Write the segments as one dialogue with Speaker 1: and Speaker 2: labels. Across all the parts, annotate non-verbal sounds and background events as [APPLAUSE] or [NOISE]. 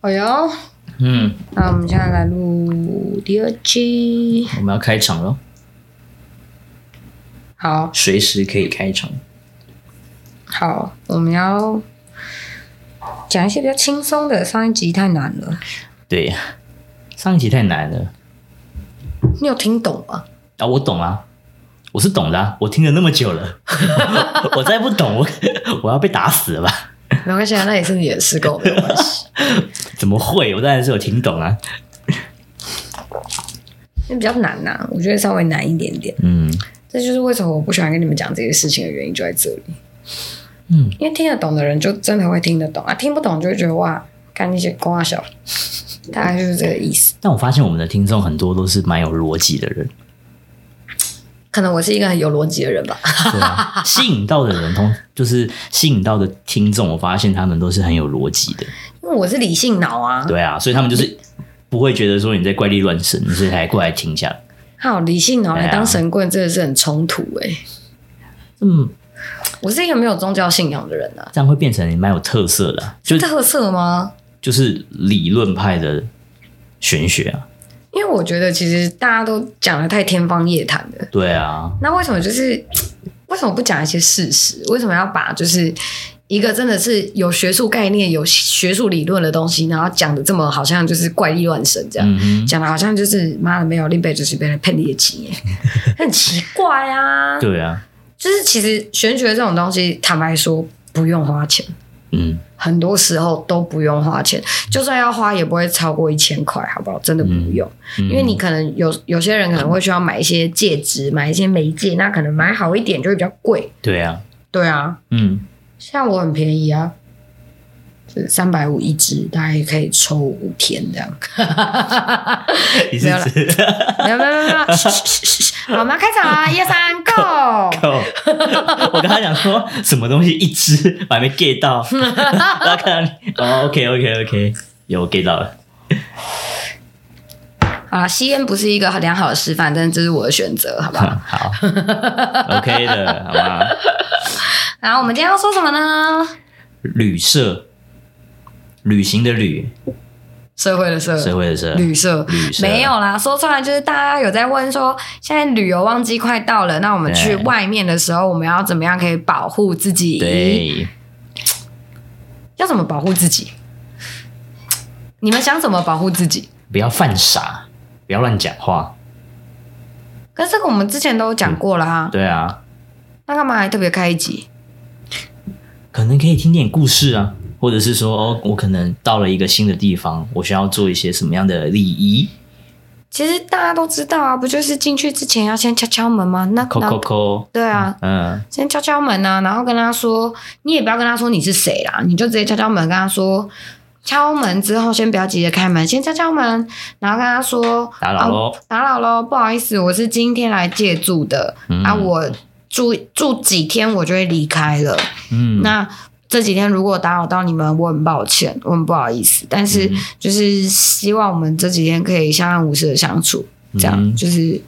Speaker 1: 哦哟，
Speaker 2: 嗯，
Speaker 1: 那我们现在来录第二集。
Speaker 2: 我们要开场了，
Speaker 1: 好
Speaker 2: 随时可以开场。
Speaker 1: 好，我们要讲一些比较轻松的。上一集太难了，
Speaker 2: 对，上一集太难了
Speaker 1: 你有听懂吗？
Speaker 2: 啊！我懂啊，我是懂的啊、我听了那么久了， [LAUGHS] 我再不懂，我我要被打死了吧？
Speaker 1: 没关系啊，那也是你的事，跟我没有关系。
Speaker 2: 怎么会？我当然是有听懂啊。
Speaker 1: 那比较难呐、我觉得稍微难一点点。
Speaker 2: 嗯，
Speaker 1: 这就是为什么我不喜欢跟你们讲这些事情的原因，就在这里。
Speaker 2: 嗯，
Speaker 1: 因为听得懂的人就真的会听得懂啊，听不懂就会觉得哇，干那些瓜小，大概就是这个意思。
Speaker 2: 但我发现我们的听众很多都是蛮有逻辑的人，
Speaker 1: 可能我是一个很有逻辑的人吧。
Speaker 2: 对啊， [LAUGHS] 吸引到的人通就是吸引到的听众，我发现他们都是很有逻辑的，
Speaker 1: 因为我是理性脑啊，
Speaker 2: 对啊，所以他们就是不会觉得说你在怪力乱神，所以才过来听一下。
Speaker 1: 好理性脑来
Speaker 2: 对啊
Speaker 1: 当神棍真的是很冲突哎、
Speaker 2: 嗯，
Speaker 1: 我是一个没有宗教信仰的人啊，
Speaker 2: 这样会变成蛮有特色的啊、就
Speaker 1: 特色吗？
Speaker 2: 就是理论派的玄学啊，
Speaker 1: 因为我觉得其实大家都讲的太天方夜谭了，
Speaker 2: 对啊，
Speaker 1: 那为什么就是为什么不讲一些事实？为什么要把就是一个真的是有学术概念、有学术理论的东西，然后讲的这么好像就是怪力乱神这样？
Speaker 2: 嗯哼，
Speaker 1: 讲的好像就是妈的没有林北就是被人骗猎奇
Speaker 2: [LAUGHS]
Speaker 1: 耶，很奇怪啊！
Speaker 2: 对啊，
Speaker 1: 就是其实玄学这种东西，坦白说不用花钱，
Speaker 2: 嗯
Speaker 1: 很多时候都不用花钱，就算要花也不会超过一千块，好不好？真的不用，
Speaker 2: 嗯
Speaker 1: 因为你可能有有些人可能会需要买一些戒指，买一些媒介，那可能买好一点就会比较贵。
Speaker 2: 对啊，
Speaker 1: 对啊，
Speaker 2: 嗯，
Speaker 1: 像我很便宜啊，三百五一支，大概可以抽五天这样。
Speaker 2: 你是
Speaker 1: 没有啦
Speaker 2: 指
Speaker 1: 没有没有没有没 [LAUGHS] 有，嘘嘘嘘嘘好，我们要开场啊！一二三，Go！
Speaker 2: 哦 [LAUGHS] 我刚刚想说什么东西一只，我还没 get 到， [LAUGHS] 大家看到你，哦，OK OK OK，有我 get 到了，
Speaker 1: 好啦，吸烟不是一个良好的示范，但是这是我的选择，好不 [LAUGHS] 好？
Speaker 2: 好，OK 的，好吗？
Speaker 1: 然后我们今天要说什么呢？
Speaker 2: 旅社，旅行的旅，
Speaker 1: 社会的社，
Speaker 2: 社会的社，
Speaker 1: 旅社，
Speaker 2: 旅社
Speaker 1: 没有啦。说出来就是大家有在问说，现在旅游旺季快到了，那我们去
Speaker 2: 对
Speaker 1: 外面的时候，我们要怎么样可以保护自己？
Speaker 2: 对，
Speaker 1: 要怎么保护自己？你们想怎么保护自己？
Speaker 2: 不要犯傻，不要乱讲话，
Speaker 1: 可是这个我们之前都有讲过啦、
Speaker 2: 对啊，
Speaker 1: 那干嘛还特别开一集？
Speaker 2: 可能可以听点故事啊，或者是说，哦，我可能到了一个新的地方，我需要做一些什么样的礼仪？
Speaker 1: 其实大家都知道啊，不就是进去之前要先敲敲门吗？那
Speaker 2: 扣
Speaker 1: 那
Speaker 2: 扣扣，
Speaker 1: 对啊，
Speaker 2: 嗯，
Speaker 1: 先敲敲门啊，然后跟他说，你也不要跟他说你是谁啦，你就直接敲敲门，跟他说，敲门之后先不要急着开门，先敲敲门，然后跟他说，
Speaker 2: 打扰喽
Speaker 1: 哦打扰喽，不好意思，我是今天来借住的，
Speaker 2: 嗯
Speaker 1: 啊，我住住几天我就会离开了，
Speaker 2: 嗯，
Speaker 1: 那。这几天如果打扰到你们，我很抱歉，我很不好意思。但是
Speaker 2: 嗯
Speaker 1: 就是希望我们这几天可以相安无事的相处，这样、
Speaker 2: 嗯
Speaker 1: 就是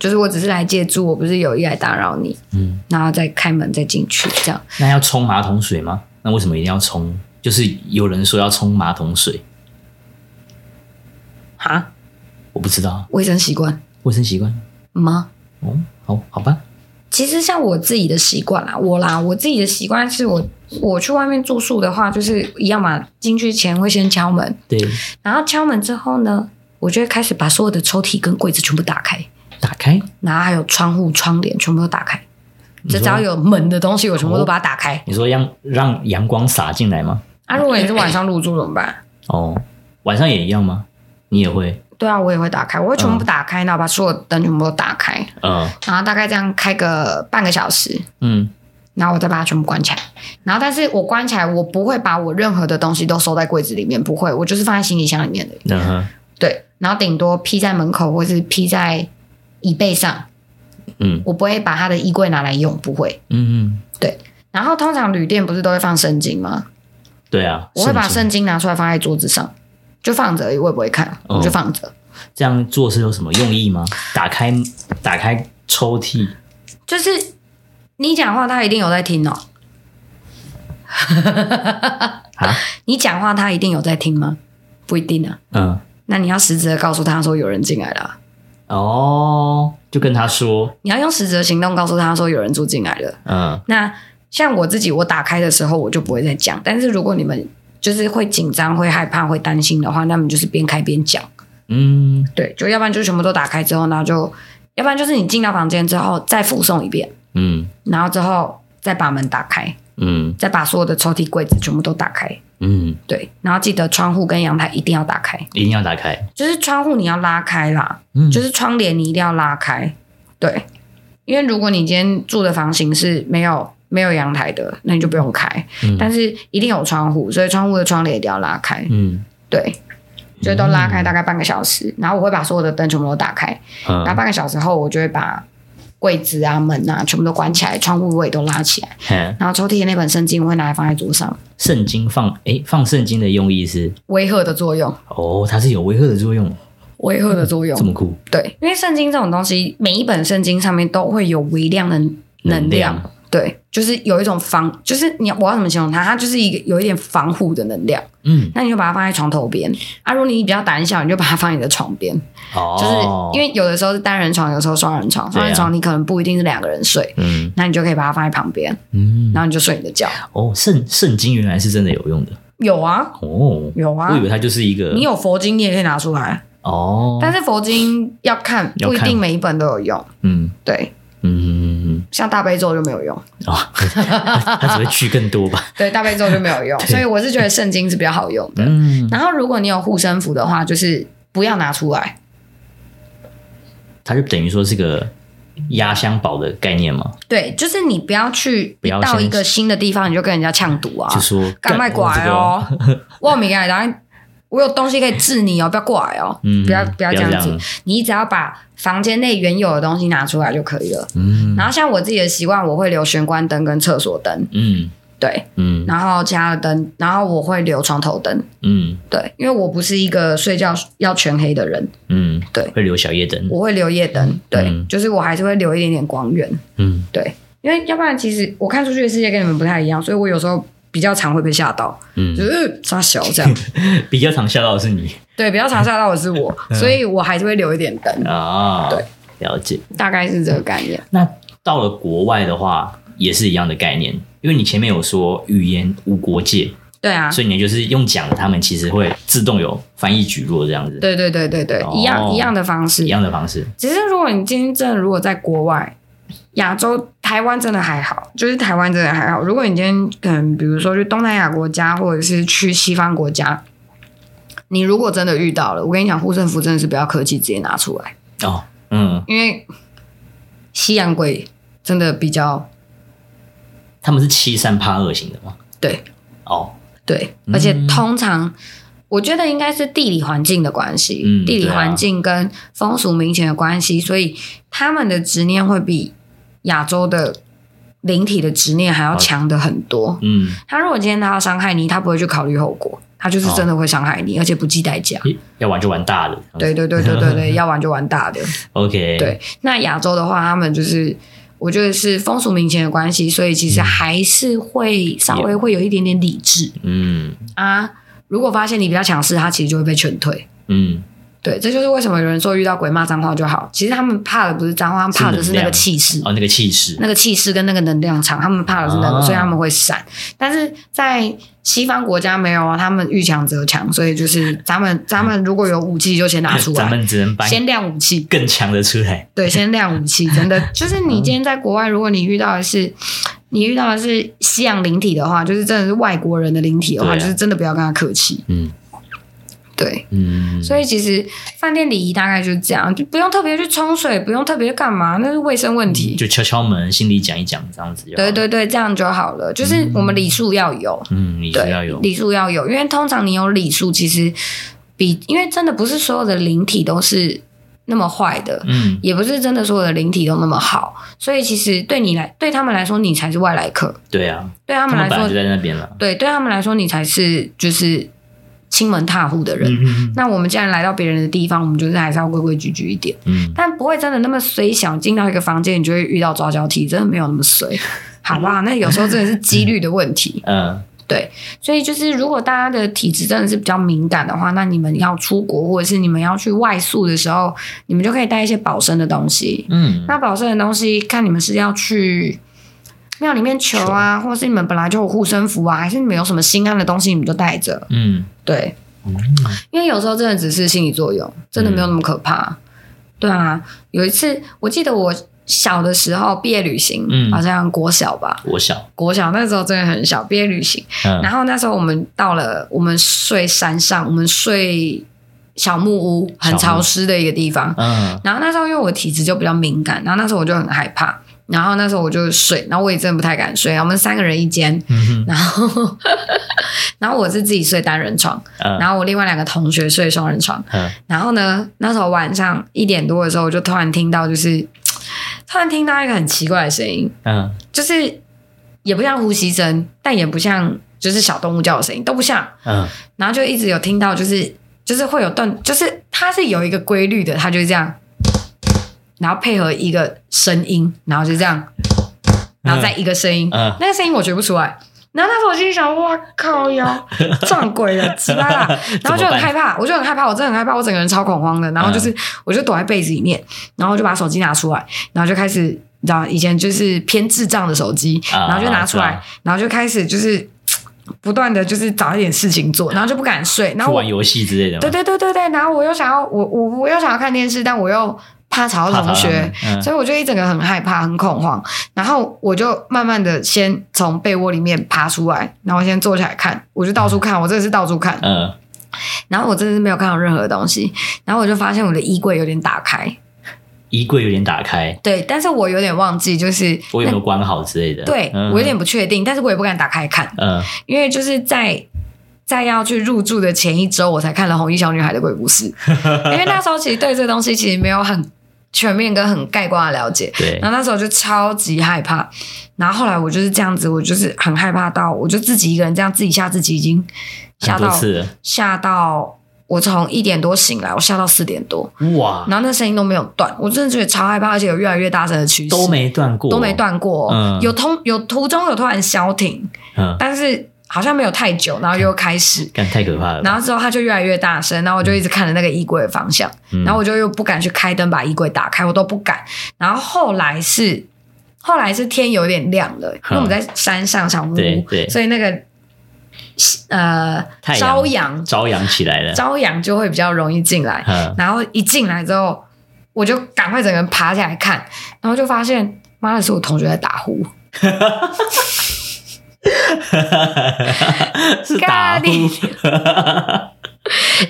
Speaker 1: 就是我只是来借住，我不是有意来打扰你。
Speaker 2: 嗯，
Speaker 1: 然后再开门再进去，这样
Speaker 2: 那要冲马桶水吗？那为什么一定要冲？就是有人说要冲马桶水，
Speaker 1: 哈，
Speaker 2: 我不知道啊
Speaker 1: 卫生习惯
Speaker 2: 卫生习惯。
Speaker 1: 吗？
Speaker 2: 哦，好，好吧，
Speaker 1: 其实像我自己的习惯啦，我啦，我自己的习惯是我我去外面住宿的话，就是一样嘛，进去前会先敲门，
Speaker 2: 对，
Speaker 1: 然后敲门之后呢，我就会开始把所有的抽屉跟柜子全部打开，
Speaker 2: 打开，
Speaker 1: 然后还有窗户、窗帘全部都打开，
Speaker 2: 你
Speaker 1: 这
Speaker 2: 说
Speaker 1: 只要有门的东西，我全部都
Speaker 2: 哦
Speaker 1: 把它打开。
Speaker 2: 你说让让阳光洒进来吗？
Speaker 1: 啊，如果你是晚上入住怎么办？
Speaker 2: 哦，晚上也一样吗？你也会，
Speaker 1: 对啊，我也会打开，我会全部打开，然后把所有的灯全部都打开，
Speaker 2: 呃，
Speaker 1: 然后大概这样开个半个小时，
Speaker 2: 嗯，
Speaker 1: 然后我再把它全部关起来。然后，但是我关起来，我不会把我任何的东西都收在柜子里面，不会，我就是放在行李箱里面的。
Speaker 2: 然后，
Speaker 1: 对，然后顶多披在门口或是披在椅背上，
Speaker 2: 嗯
Speaker 1: 我不会把他的衣柜拿来用，不会。
Speaker 2: 嗯嗯，
Speaker 1: 然后通常旅店不是都会放圣经吗？
Speaker 2: 对啊，
Speaker 1: 我会把
Speaker 2: 圣经
Speaker 1: 圣经拿出来放在桌子上，就放着而已，我也不会看，我就
Speaker 2: 哦
Speaker 1: 放着。
Speaker 2: 这样做是有什么用意吗？打开打开抽屉，
Speaker 1: 就是你讲话，他一定有在听哦。
Speaker 2: [LAUGHS] 啊
Speaker 1: 的，你讲话他一定有在听吗？不一定啊。
Speaker 2: 嗯，
Speaker 1: 那你要实质的告诉他说有人进来了啊，
Speaker 2: 哦，就跟他说，
Speaker 1: 你要用实质的行动告诉他说有人住进来了。
Speaker 2: 嗯
Speaker 1: 那像我自己，我打开的时候我就不会再讲，但是如果你们就是会紧张、会害怕、会担心的话，那么就是边开边讲。
Speaker 2: 嗯
Speaker 1: 对，就要不然就全部都打开之后，然后就，要不然就是你进到房间之后再附送一遍，
Speaker 2: 嗯
Speaker 1: 然后之后再把门打开，
Speaker 2: 嗯
Speaker 1: 再把所有的抽屉、柜子全部都打开。
Speaker 2: 嗯，
Speaker 1: 对，然后记得窗户跟阳台一定要打开，
Speaker 2: 一定要打开，
Speaker 1: 就是窗户你要拉开啦，
Speaker 2: 嗯，
Speaker 1: 就是窗帘你一定要拉开。对，因为如果你今天住的房型是没有没有阳台的，那你就不用开，
Speaker 2: 嗯
Speaker 1: 但是一定有窗户，所以窗户的窗帘一定要拉开。
Speaker 2: 嗯
Speaker 1: 对，就都拉开大概半个小时，然后我会把所有的灯全部都打开，然后
Speaker 2: 嗯
Speaker 1: 半个小时后我就会把柜子啊、门啊全部都关起来，窗户我也都拉起来，
Speaker 2: 嘿，
Speaker 1: 然后抽屉的那本圣经我会拿来放在桌上，
Speaker 2: 圣经放诶，放圣经的用意是
Speaker 1: 威吓的作用，
Speaker 2: 哦，它是有威吓的作用，
Speaker 1: 威吓的作用
Speaker 2: 这。么酷，
Speaker 1: 对，因为圣经这种东西，每一本圣经上面都会有微量的能
Speaker 2: 能量
Speaker 1: 量对，就是有一种防，就是你我要怎么形容它？它就是一个有一点防护的能量。
Speaker 2: 嗯
Speaker 1: 那你就把它放在床头边啊。如果你比较胆小，你就把它放你的床边，
Speaker 2: 哦，
Speaker 1: 就是因为有的时候是单人床，有时候双人床，双人床你可能不一定是两个人睡，
Speaker 2: 嗯
Speaker 1: 那你就可以把它放在旁边，
Speaker 2: 嗯
Speaker 1: 然后你就睡你的觉。
Speaker 2: 哦，圣圣经原来是真的有用的
Speaker 1: 有啊，
Speaker 2: 哦，
Speaker 1: 有
Speaker 2: 我
Speaker 1: 啊
Speaker 2: 以，为它就是一个
Speaker 1: 你有佛经你也可以拿出来，
Speaker 2: 哦，
Speaker 1: 但是佛经要看，
Speaker 2: 要
Speaker 1: 不一
Speaker 2: 看
Speaker 1: 定每一本都有用。
Speaker 2: 嗯
Speaker 1: 对，
Speaker 2: 嗯嗯
Speaker 1: 像大悲咒就没有用。
Speaker 2: 嗯，哦，它只会去更多吧，
Speaker 1: [LAUGHS] 对，大悲咒就没有用，所以我是觉得圣经是比较好用的。
Speaker 2: 嗯，
Speaker 1: 然后如果你有护身符的话，就是不要拿出来。
Speaker 2: 它就等于说是个压箱宝的概念嘛，
Speaker 1: 对，就是你不要去
Speaker 2: 不要
Speaker 1: 到
Speaker 2: 先
Speaker 1: 一个新的地方，你就跟人家呛赌啊
Speaker 2: 就，说
Speaker 1: 干卖
Speaker 2: 我有这
Speaker 1: 拐
Speaker 2: 个
Speaker 1: 哦， [LAUGHS] 我有米盖然我有东西可以治你哦，不要过来哦，
Speaker 2: 嗯
Speaker 1: 不要不要
Speaker 2: 不
Speaker 1: 这
Speaker 2: 要
Speaker 1: 样
Speaker 2: 这
Speaker 1: 子
Speaker 2: 样，
Speaker 1: 你只要把房间内原有的东西拿出来就可以了。
Speaker 2: 嗯
Speaker 1: 然后像我自己的习惯，我会留玄关灯跟厕所灯，
Speaker 2: 嗯
Speaker 1: 对，
Speaker 2: 嗯
Speaker 1: 然后其他的灯，然后我会留床头灯，
Speaker 2: 嗯
Speaker 1: 对，因为我不是一个睡觉要全黑的人，
Speaker 2: 嗯，
Speaker 1: 对
Speaker 2: 会留小夜灯，
Speaker 1: 我会留夜灯，对，
Speaker 2: 嗯
Speaker 1: 就是我还是会留一点点光源，
Speaker 2: 嗯
Speaker 1: 对，因为要不然其实我看出去的世界跟你们不太一样，所以我有时候比较常会被吓到，就
Speaker 2: 嗯，
Speaker 1: 是呃抓小这样，
Speaker 2: [LAUGHS] 比较常吓到的是你
Speaker 1: 对，比较常吓到的是我，[LAUGHS]
Speaker 2: 嗯
Speaker 1: 所以我还是会留一点灯，
Speaker 2: 啊，
Speaker 1: 对，
Speaker 2: 了解。
Speaker 1: 大概是这个概念。
Speaker 2: 那到了国外的话，也是一样的概念，因为你前面有说语言无国界，
Speaker 1: 对啊，
Speaker 2: 所以你就是用讲的，他们其实会自动有翻译举弱这样子，
Speaker 1: 对对对对对，
Speaker 2: 哦
Speaker 1: 一样一样的方式
Speaker 2: 一。样的方式。
Speaker 1: 只是如果你今天真的如果在国外，亚洲台湾真的还好，就是台湾真的还好。如果你今天可能比如说去东南亚国家，或者是去西方国家，你如果真的遇到了，我跟你讲，护身符真的是不要客气，直接拿出来，
Speaker 2: 哦，嗯，
Speaker 1: 因为西洋鬼真的比较
Speaker 2: 他们是欺善怕恶型的嘛？
Speaker 1: 对
Speaker 2: 哦，
Speaker 1: 对，
Speaker 2: 嗯
Speaker 1: 而且通常。我觉得应该是地理环境的关系，
Speaker 2: 嗯
Speaker 1: 地理
Speaker 2: 对啊
Speaker 1: 环境跟风俗民情的关系，所以他们的执念会比亚洲的灵体的执念还要强的很多。
Speaker 2: 嗯，
Speaker 1: 他如果今天他要伤害你，他不会去考虑后果，他就是真的会伤害
Speaker 2: 嗯
Speaker 1: 你，而且不计代价。
Speaker 2: 要玩就玩大的。
Speaker 1: 对对对对对
Speaker 2: [LAUGHS]
Speaker 1: 对，要玩就玩大的。
Speaker 2: ，OK，，
Speaker 1: 对，那亚洲的话，他们就是我觉得是风俗民情的关系，所以其实还是会稍微会有一点点理智
Speaker 2: 嗯
Speaker 1: 啊。如果发现你比较强势，他其实就会被劝退。
Speaker 2: 嗯，
Speaker 1: 对，这就是为什么有人说遇到鬼骂脏话就好。其实他们怕的不是脏话，他们怕的是那个气势。
Speaker 2: 哦，那个气势，
Speaker 1: 那个气势跟那个能量场，他们怕的是那个，
Speaker 2: 啊
Speaker 1: 所以他们会闪。但是在西方国家没有啊，他们遇强则强，所以就是咱
Speaker 2: [LAUGHS]
Speaker 1: 们咱们如果有武器就先拿出
Speaker 2: 咱
Speaker 1: 来，
Speaker 2: 们只能搬
Speaker 1: 先亮武器，
Speaker 2: 更强的出来。
Speaker 1: 对，先亮武器。真
Speaker 2: [LAUGHS]
Speaker 1: 的，就是你今天在国外，如果你遇到的是你遇到的是西洋灵体的话，就是真的是外国人的灵体的话，
Speaker 2: 对啊
Speaker 1: 就是真的不要跟他客气。
Speaker 2: 嗯
Speaker 1: 对，
Speaker 2: 嗯，
Speaker 1: 所以其实饭店礼仪大概就是这样，就不用特别去冲水，不用特别干嘛，那是卫生问题。
Speaker 2: 嗯就敲敲门，心里讲一讲这样子。
Speaker 1: 对，对对，这样就好了。就是我们礼数要有，
Speaker 2: 嗯，你是
Speaker 1: 对，
Speaker 2: 要有，
Speaker 1: 礼数要有，因为通常你有礼数，其实比因为真的不是所有的灵体都是那么坏的，
Speaker 2: 嗯
Speaker 1: 也不是真的所有的灵体都那么好，所以其实对你来，对他们来说，你才是外来客，
Speaker 2: 对啊，
Speaker 1: 对他
Speaker 2: 他
Speaker 1: 们来
Speaker 2: 们本来就
Speaker 1: 说，
Speaker 2: 在那边了。
Speaker 1: 对对他们来说，你才是就是亲门踏户的人。
Speaker 2: 嗯
Speaker 1: 那我们既然来到别人的地方，我们就是还是要规规矩矩一点，
Speaker 2: 嗯，
Speaker 1: 但不会真的那么随想进到一个房间，你
Speaker 2: [LAUGHS]
Speaker 1: 就会遇到抓交替，真的没有那么随，好不好？那有时候真的是几率的问题。
Speaker 2: 嗯
Speaker 1: 对，所以就是如果大家的体质真的是比较敏感的话，那你们要出国或者是你们要去外宿的时候，你们就可以带一些保身的东西。
Speaker 2: 嗯，
Speaker 1: 那保身的东西，看你们是要去庙里面求啊，或是你们本来就有护身符啊，还是你们有什么心安的东西，你们就带着。
Speaker 2: 嗯，
Speaker 1: 对，因为有时候真的只是心理作用，真的没有那么可怕。对啊，有一次我记得我小的时候毕业旅行，
Speaker 2: 嗯
Speaker 1: 好像国小吧，
Speaker 2: 我想，
Speaker 1: 国小那时候真的很小，毕业旅行。
Speaker 2: 嗯
Speaker 1: 然后那时候我们到了，我们睡山上，我们睡小木屋，很
Speaker 2: 小木
Speaker 1: 潮湿的一个地方。
Speaker 2: 嗯
Speaker 1: 然后那时候因为我体质就比较敏感，然后那时候我就很害怕，然后那时候我就睡，然后我也真的不太敢睡。然后我们三个人一间，
Speaker 2: 嗯
Speaker 1: [LAUGHS] 然后然后我是自己睡单人床，
Speaker 2: 嗯
Speaker 1: 然后我另外两个同学睡双人床。
Speaker 2: 嗯
Speaker 1: 然后呢，那时候晚上一点多的时候，我就突然听到，就是突然听到一个很奇怪的声音，
Speaker 2: 嗯
Speaker 1: 就是也不像呼吸声，但也不像就是小动物叫的声音，都不像。
Speaker 2: 嗯
Speaker 1: 然后就一直有听到，就是就是会有断，就是它是有一个规律的，它就是这样，然后配合一个声音，然后就这样，然后再一个声音，
Speaker 2: 嗯
Speaker 1: 那个声音我学不出来。然后那时候我心里想，哇靠呀，
Speaker 2: [LAUGHS]
Speaker 1: 撞鬼了， [LAUGHS] 奇葩啦！然后就很害怕，我就很害怕，我真的很害怕，我整个人超恐慌的。然后
Speaker 2: 嗯
Speaker 1: 就是，我就躲在被子里面，然后就把手机拿出来，然后就开始，你知道，以前就是偏智障的手机，
Speaker 2: 啊
Speaker 1: 然后就拿出来，
Speaker 2: 知道
Speaker 1: 然后就开始就是不断的就是找一点事情做，然后就不敢睡，然
Speaker 2: 去
Speaker 1: 后我
Speaker 2: 玩游戏之类的吗，
Speaker 1: 对对对对对，然后我又想要我我我又想要看电视，但我又怕吵到
Speaker 2: 怕
Speaker 1: 同
Speaker 2: 他
Speaker 1: 学
Speaker 2: 们，，嗯
Speaker 1: 所以我就一整个很害怕、很恐慌。然后我就慢慢的先从被窝里面爬出来，然后先坐起来看，我就到处看，我真的是到处看，
Speaker 2: 嗯
Speaker 1: 然后我真的是没有看到任何东西，然后我就发现我的衣柜有点打开，
Speaker 2: 衣柜有点打开，
Speaker 1: 对，但是我有点忘记就是
Speaker 2: 我有没有关好之类的，
Speaker 1: 对
Speaker 2: 嗯
Speaker 1: 我有点不确定，但是我也不敢打开看。
Speaker 2: 嗯
Speaker 1: 因为就是在在要去入住的前一周，我才看了《红衣小女孩的鬼故事》，因为那时候其实对这东西其实没有很全面跟很概括的了解，
Speaker 2: 对
Speaker 1: 然后那时候就超级害怕，然后后来我就是这样子，我就是很害怕到，我就自己一个人这样自己吓自己，已经吓
Speaker 2: 很多
Speaker 1: 到
Speaker 2: 次了
Speaker 1: 吓到我从一点多醒来，我吓到四点多，
Speaker 2: 哇
Speaker 1: 然后那声音都没有断，我真的觉得超害怕，而且有越来越大声的趋势，
Speaker 2: 都没断过，
Speaker 1: 都没，断过，
Speaker 2: 嗯
Speaker 1: 有通有途中有突然消停，
Speaker 2: 嗯，
Speaker 1: 但是好像没有太久，然后又开始，
Speaker 2: 干太可怕了吧，
Speaker 1: 然后之后它就越来越大声，然后我就一直看着那个衣柜的方向，
Speaker 2: 嗯
Speaker 1: 然后我就又不敢去开灯把衣柜打开，我都不敢。然后后来是后来是天有点亮了，因为我们在山上小木
Speaker 2: 对
Speaker 1: 屋，
Speaker 2: 对
Speaker 1: 所以那个呃
Speaker 2: 太阳嗯
Speaker 1: 朝阳
Speaker 2: 朝阳起来了，
Speaker 1: 朝阳就会比较容易进来，
Speaker 2: 嗯
Speaker 1: 然后一进来之后。我就赶快整个人爬起来看，然后就发现，妈的，是我同学在打呼。
Speaker 2: [LAUGHS] 是
Speaker 1: 咖
Speaker 2: 打呼，
Speaker 1: 喱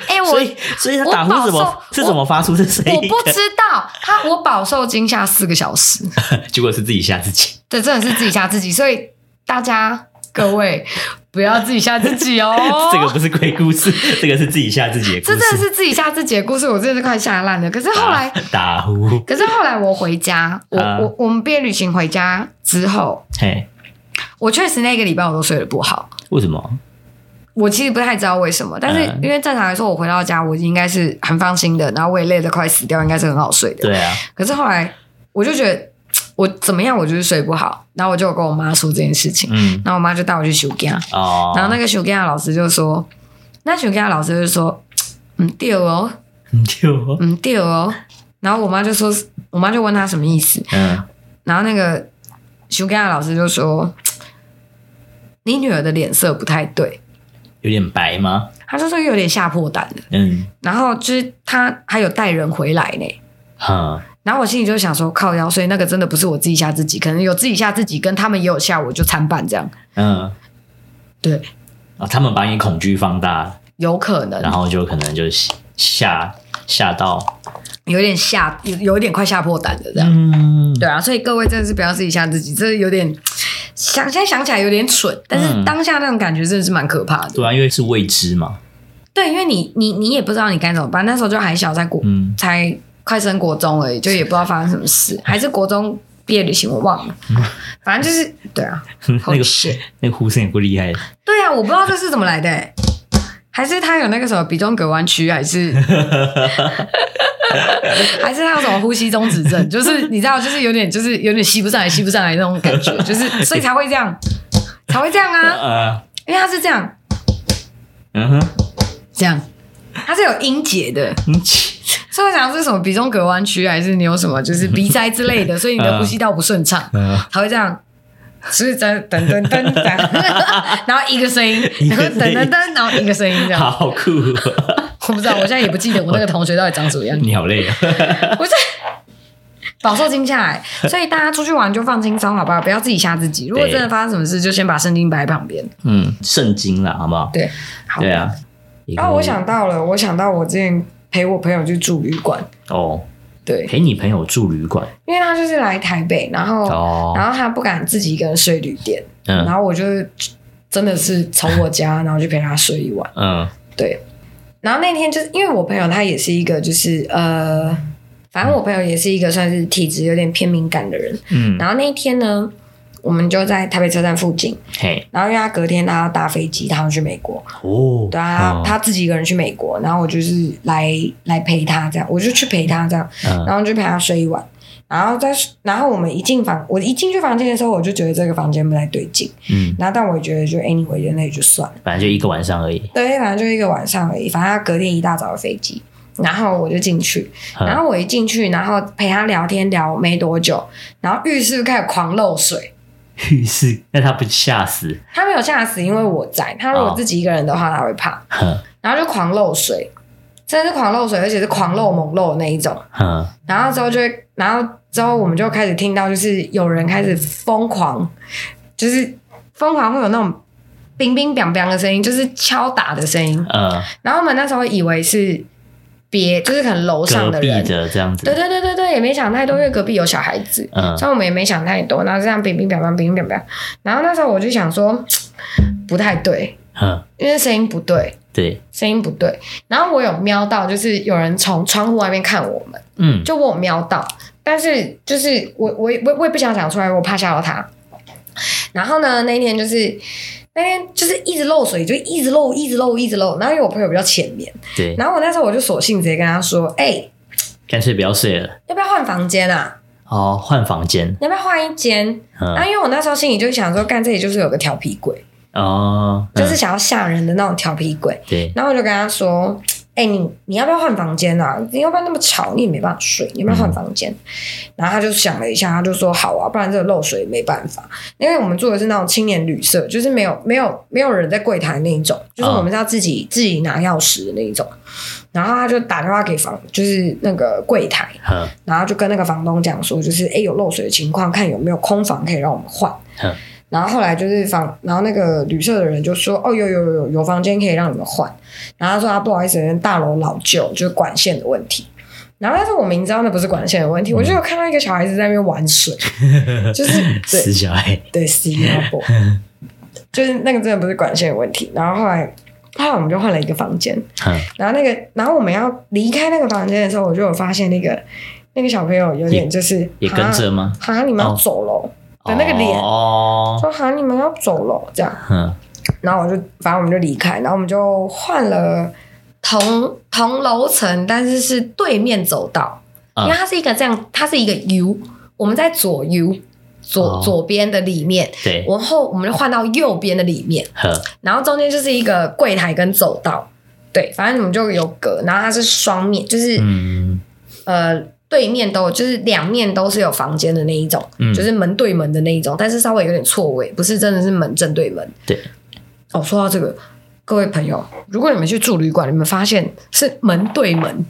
Speaker 1: 哎、我
Speaker 2: [LAUGHS] 所以所以他打呼
Speaker 1: 我饱
Speaker 2: 怎么
Speaker 1: 受
Speaker 2: 是怎么发出这声
Speaker 1: 我
Speaker 2: [LAUGHS] 音
Speaker 1: 不知道，他我饱受惊吓四个小时，
Speaker 2: 的？结果是自己吓自己，。
Speaker 1: 这真的是自己吓自己，所以大家各位不要自己吓自己哦
Speaker 2: [LAUGHS] 这个不是鬼
Speaker 1: [LAUGHS]
Speaker 2: 故事，这个是自己吓自己的故
Speaker 1: 这
Speaker 2: 事，
Speaker 1: 真的是自己吓自己的故事，我真的是快吓烂了。可是后来，
Speaker 2: 打打呼，
Speaker 1: 可是后来我回家，我、
Speaker 2: 啊
Speaker 1: 我我们毕业旅行回家之后，
Speaker 2: 嘿，
Speaker 1: 我确实那个礼拜我都睡得不好。
Speaker 2: 为什么？
Speaker 1: 我其实不太知道为什么，但是
Speaker 2: 嗯
Speaker 1: 因为正常来说，我回到家我应该是很放心的，然后我也累得快死掉，应该是很好睡的。
Speaker 2: 对啊，
Speaker 1: 可是后来我就觉得我怎么样，我就是睡不好，然后我就有跟我妈说这件事情，
Speaker 2: 嗯，
Speaker 1: 然后我妈就带我去修家，
Speaker 2: 哦，
Speaker 1: 然后那个修家的老师就说，那修家的老师就说，嗯对哦，
Speaker 2: 你丢哦，
Speaker 1: 嗯对哦，然后我妈就说，我妈就问他什么意思，
Speaker 2: [LAUGHS] 嗯，
Speaker 1: 然后那个修家的老师就说，你女儿的脸色不太对，
Speaker 2: 有点白吗？
Speaker 1: 他就说有点吓破胆了，
Speaker 2: 嗯，
Speaker 1: 然后就是他还有带人回来呢，
Speaker 2: 哈，
Speaker 1: 然后我心里就想说，靠腰，所以那个真的不是我自己吓自己，可能有自己吓自己，跟他们也有吓我，就参半这样。
Speaker 2: 嗯，
Speaker 1: 对，
Speaker 2: 啊，他们把你恐惧放大，
Speaker 1: 有可
Speaker 2: 然
Speaker 1: 能
Speaker 2: 后就可能就吓吓到，
Speaker 1: 有点吓，有有点快吓破胆了这样。
Speaker 2: 嗯，
Speaker 1: 对啊，所以各位真的是不要自己吓自己，这有点想现在想起来有点蠢，但是
Speaker 2: 嗯
Speaker 1: 当下那种感觉真的是蛮可怕的。
Speaker 2: 对啊，因为是未知嘛，
Speaker 1: 对，因为你你你也不知道你该怎么办，那时候就还小，在国、
Speaker 2: 嗯
Speaker 1: 才快升国中而已，就也不知道发生什么事，还是国中毕业旅行我忘
Speaker 2: [LAUGHS]
Speaker 1: 了，反正就是对啊，好
Speaker 2: 那个
Speaker 1: 险。
Speaker 2: 那个呼声也不厉害，
Speaker 1: 对啊，我不知道这是怎么来的、欸，还是他有那个什么鼻中隔弯曲，还是 [LAUGHS] 还是他有什么呼吸中止症，就是你知道，就是有点就是有点吸不上来、吸不上来那种感觉，就是所以才会这样，才会这样啊。
Speaker 2: 呃，
Speaker 1: 因为它是这样
Speaker 2: 嗯哼，
Speaker 1: 这样，它是有音节的，
Speaker 2: 嗯， [LAUGHS]
Speaker 1: 所以我想是什么鼻中隔弯曲，还是你有什么就是鼻塞之类的，所以你的呼吸道不顺畅，
Speaker 2: 呃，
Speaker 1: 才会这样。是噔噔噔噔噔，然 [LAUGHS] 后一个声音，然后噔噔噔，然后一个声音这样。
Speaker 2: 好酷 [LAUGHS] 哦，
Speaker 1: 我不知道，我现在也不记得我那个同学到底长什么
Speaker 2: [LAUGHS]
Speaker 1: 样。
Speaker 2: 你好累啊，
Speaker 1: 我是饱受惊吓、欸，所以大家出去玩就放轻松，好不好？不要自己吓自己。如果真的发生什么事，就先把圣经摆在旁边。
Speaker 2: 嗯，圣经啦，好不好？
Speaker 1: 对，好。
Speaker 2: 对啊，也可以
Speaker 1: 然后我想到了，我想到我之前陪我朋友去住旅馆，
Speaker 2: 哦，
Speaker 1: 对，
Speaker 2: 陪你朋友住旅馆
Speaker 1: 因为他就是来台北，然后、
Speaker 2: 哦，
Speaker 1: 然后他不敢自己一个人睡旅店，然
Speaker 2: 嗯
Speaker 1: 后我就真的是从我家，然后就陪他睡一晚。
Speaker 2: 嗯
Speaker 1: 对，然后那天就是因为我朋友他也是一个就是呃，反正我朋友也是一个算是体质有点偏敏感的人。
Speaker 2: 嗯，
Speaker 1: 然后那一天呢，我们就在台北车站附近，
Speaker 2: 嘿，
Speaker 1: 然后因为他隔天他要搭飞机，他要去美国，
Speaker 2: 哦，
Speaker 1: 对啊，
Speaker 2: 哦
Speaker 1: 他他自己一个人去美国，然后我就是来来陪他这样，我就去陪他这样，
Speaker 2: 嗯
Speaker 1: 然后就陪他睡一晚。然后在，然后我们一进房，我一进去房间的时候，我就觉得这个房间不太对劲。
Speaker 2: 嗯，
Speaker 1: 然后，但我也觉得就 anyway，人类就算了。
Speaker 2: 反正就一个晚上而 [LAUGHS] 已，
Speaker 1: 对，反正就一个晚上而已，反正他隔天一大早的飞机。然后我就进去，
Speaker 2: 嗯
Speaker 1: 然后我一进去，然后陪他聊天聊没多久，然后浴室开始狂漏水。
Speaker 2: 浴室，那他不吓死？
Speaker 1: 他没有吓死，因为我在。他如果自己一个人的话，他会怕，
Speaker 2: 哼
Speaker 1: 然后就狂漏水，真的是狂漏水，而且是狂漏猛漏的那一种。
Speaker 2: 哼，
Speaker 1: 然后之后就会，然后之后我们就开始听到，就是有人开始疯狂，就是疯狂会有那种冰冰凉凉的声音，就是敲打的声音。
Speaker 2: 呃，
Speaker 1: 然后我们那时候以为是别，就是可能楼上
Speaker 2: 隔
Speaker 1: 的
Speaker 2: 壁
Speaker 1: 人，
Speaker 2: 的这样
Speaker 1: 对
Speaker 2: 子，
Speaker 1: 对对对对，也没想太多，因为隔壁有小孩子，
Speaker 2: 嗯
Speaker 1: 所以我们也没想太多，然后这样乒乒乓乓，乒乒乓乓。然后那时候我就想说，不太对，
Speaker 2: 哼，
Speaker 1: 因为声音不对，
Speaker 2: 对，
Speaker 1: 声音不对。然后我有瞄到，就是有人从窗户外面看我们，
Speaker 2: 嗯
Speaker 1: 就我有瞄到，但是就是我我也我我也不想讲出来，我怕吓到他。然后呢，那一天就是。那天就是一直漏水，就一直漏，一直漏，一直漏。然后因为我朋友比较浅眠，
Speaker 2: 对，
Speaker 1: 然后我那时候我就索性直接跟他说：“哎、
Speaker 2: 干脆不要睡了，
Speaker 1: 要不要换房间啊？
Speaker 2: 哦，换房间，
Speaker 1: 要不要换一间？”然
Speaker 2: 嗯
Speaker 1: 后因为我那时候心里就想说，干这里就是有个调皮鬼，
Speaker 2: 哦，嗯
Speaker 1: 就是想要吓人的那种调皮鬼。
Speaker 2: 对，
Speaker 1: 然后我就跟他说：“哎、你你要不要换房间啊？你要不要那么吵？你也没办法睡，你要不要
Speaker 2: 嗯
Speaker 1: 换房间？”然后他就想了一下，他就说：“好啊，不然这个漏水没办法，因为我们住的是那种青年旅社，就是没有没有没有人在柜台那一种，就是
Speaker 2: 嗯
Speaker 1: 我们是要自己、自己拿钥匙的那一种。”然后他就打电话给房，就是那个柜台，
Speaker 2: 哼
Speaker 1: 然后就跟那个房东讲说，就是哎、诶有漏水的情况，看有没有空房可以让我们换
Speaker 2: 嗯。
Speaker 1: 然后后来就是房，然后那个旅社的人就说，哦有有有有有房间可以让你们换。然后他说啊不好意思，因为大楼老旧，就是管线的问题。然后但是我明知道那不是管线的问题，我就有看到一个小孩子在那边玩水，就是对
Speaker 2: 死小孩，
Speaker 1: 对 C 要不，就是那个真的不是管线的问题。然后后来后来我们就换了一个房间，
Speaker 2: 哼，
Speaker 1: 然后那个，然后我们要离开那个房间的时候，我就有发现那个那个小朋友有点就是
Speaker 2: 也跟着吗？
Speaker 1: 哈，哈你们要走喽、啊的那个脸，
Speaker 2: 哦，
Speaker 1: 说哈，你们要走喽这样。
Speaker 2: 哼，
Speaker 1: 然后我就，反正我们就离开，然后我们就换了同同楼层，但是是对面走道，
Speaker 2: 嗯
Speaker 1: 因为它是一个这样，它是一个 U，我们在左 U 左、
Speaker 2: 哦
Speaker 1: 左边的里面，
Speaker 2: 对，
Speaker 1: 然后我们就换到右边的里面。
Speaker 2: 呵，
Speaker 1: 然后中间就是一个柜台跟走道，对，反正我们就有隔，然后它是双面，就是、
Speaker 2: 嗯，
Speaker 1: 呃对面都就是两面都是有房间的那一种，
Speaker 2: 嗯
Speaker 1: 就是门对门的那一种，但是稍微有点错位，不是真的是门正对门。
Speaker 2: 对，
Speaker 1: 哦，说到这个，各位朋友，如果你们去住旅馆，你们发现是门对门，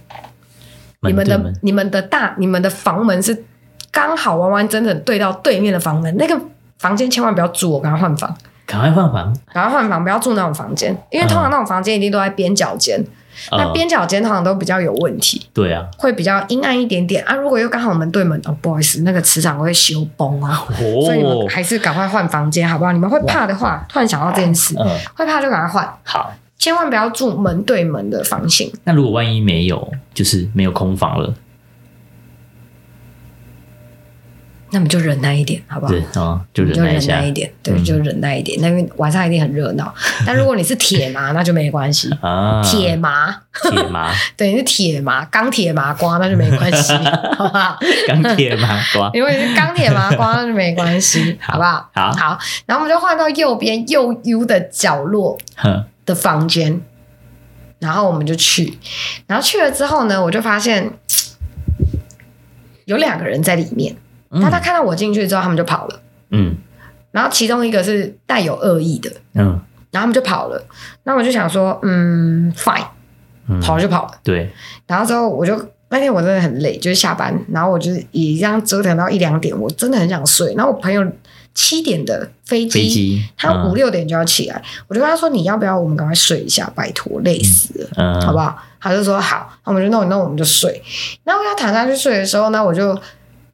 Speaker 1: 你
Speaker 2: 门
Speaker 1: 们
Speaker 2: 对
Speaker 1: 的
Speaker 2: 门，
Speaker 1: 你们的大你们的房门是刚好完完整整对到对面的房门，那个房间千万不要住，我赶快换房。
Speaker 2: 赶快换房，
Speaker 1: 然后换房，不要住那种房间，因为通常那种房间一定都在边角间，那
Speaker 2: 呃，
Speaker 1: 边角间通常都比较有问题，
Speaker 2: 对啊，
Speaker 1: 会比较阴暗一点点啊。如果又刚好门对门，哦，不好意思，那个磁场会修崩哦， [LAUGHS] 所以你
Speaker 2: 哦
Speaker 1: 们，还是赶快换房间好不好？你们会怕的话，突然想到这件事，
Speaker 2: 嗯，
Speaker 1: 会怕就赶快换，
Speaker 2: 好，
Speaker 1: 千万不要住门对门的房型。
Speaker 2: 那如果万一没有，就是没有空房了，
Speaker 1: 那么就忍耐一点，好不好？
Speaker 2: 对啊，就忍
Speaker 1: 就
Speaker 2: 耐一
Speaker 1: 忍
Speaker 2: 下
Speaker 1: 耐一嗯点，对，就忍耐一点。那因为晚上一定很热闹，但如果你是铁麻，那就没关系。
Speaker 2: 啊，
Speaker 1: 铁麻，
Speaker 2: 铁
Speaker 1: [LAUGHS]
Speaker 2: 麻，
Speaker 1: 对，你是铁麻，钢铁麻瓜，那就没关
Speaker 2: [LAUGHS]
Speaker 1: 系，好不好？
Speaker 2: 钢铁麻瓜，
Speaker 1: 如果你是钢铁麻瓜，那就没关系，好不好？
Speaker 2: [LAUGHS] 好
Speaker 1: 好，然后我们就换到右边右 U 的角落
Speaker 2: 哼，
Speaker 1: 的房间，然后我们就去，然后去了之后呢，我就发现有两个人在里面，
Speaker 2: 嗯
Speaker 1: 但他看到我进去之后，他们就跑了，
Speaker 2: 嗯
Speaker 1: 然后其中一个是带有恶意的，
Speaker 2: 嗯
Speaker 1: 然后他们就跑了，那我就想说，嗯，fine，
Speaker 2: 嗯，
Speaker 1: 跑了就跑了。
Speaker 2: 对，
Speaker 1: 然后之后我就那天我真的很累，就是下班，然后我就是也这样折腾到一两点，我真的很想睡。然后我朋友七点的飞机，
Speaker 2: 飞机，
Speaker 1: 他
Speaker 2: 嗯
Speaker 1: 五六点就要起来，我就跟他说：“你要不要我们赶快睡一下？拜托，累死了，
Speaker 2: 嗯，
Speaker 1: 好不好？”他就说：“好。”那我们就弄一弄，我们就睡。然后要躺下去睡的时候呢，我就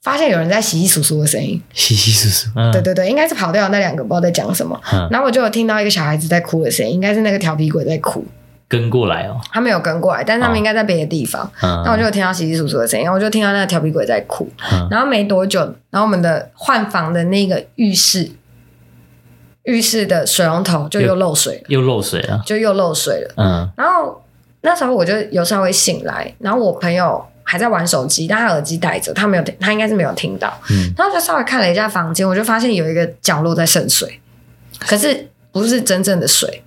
Speaker 1: 发现有人在洗洗簌簌的声音。
Speaker 2: 稀稀疏疏，
Speaker 1: 对
Speaker 2: 嗯
Speaker 1: 对对，应该是跑掉的那两个，不知道在讲什么。
Speaker 2: 嗯，
Speaker 1: 然后我就有听到一个小孩子在哭的声音，应该是那个调皮鬼在哭。
Speaker 2: 跟过来哦，
Speaker 1: 他没有跟过来，但是他们应该在别的地方。
Speaker 2: 嗯，
Speaker 1: 那我就有听到稀稀簌簌的声音，我就听到那个调皮鬼在哭。
Speaker 2: 嗯
Speaker 1: 然后没多久，然后我们的换房的那个浴室，浴室的水龙头就又漏水了，
Speaker 2: 又漏水了，
Speaker 1: 就又漏水了。
Speaker 2: 嗯
Speaker 1: 然后那时候我就有稍微醒来，然后我朋友还在玩手机，但他耳机戴着，他没有听，他应该是没有听到。
Speaker 2: 嗯，
Speaker 1: 然后就稍微看了一下房间，我就发现有一个角落在渗水，可是不是真正的水，